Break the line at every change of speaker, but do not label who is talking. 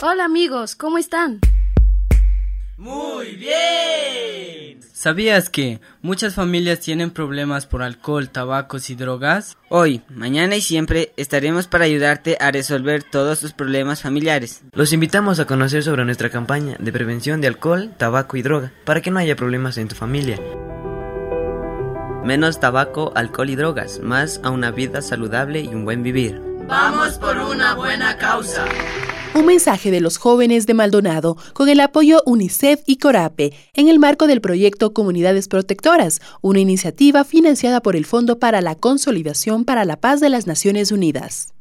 Hola amigos, ¿cómo están?
Muy bien.
¿Sabías que muchas familias tienen problemas por alcohol, tabacos y drogas?
Hoy, mañana y siempre estaremos para ayudarte a resolver todos tus problemas familiares.
Los invitamos a conocer sobre nuestra campaña de prevención de alcohol, tabaco y droga para que no haya problemas en tu familia.
Menos tabaco, alcohol y drogas, más a una vida saludable y un buen vivir.
Vamos por una buena causa.
Un mensaje de los jóvenes de Maldonado con el apoyo UNICEF y Corape en el marco del proyecto Comunidades Protectoras, una iniciativa financiada por el Fondo para la Consolidación para la Paz de las Naciones Unidas.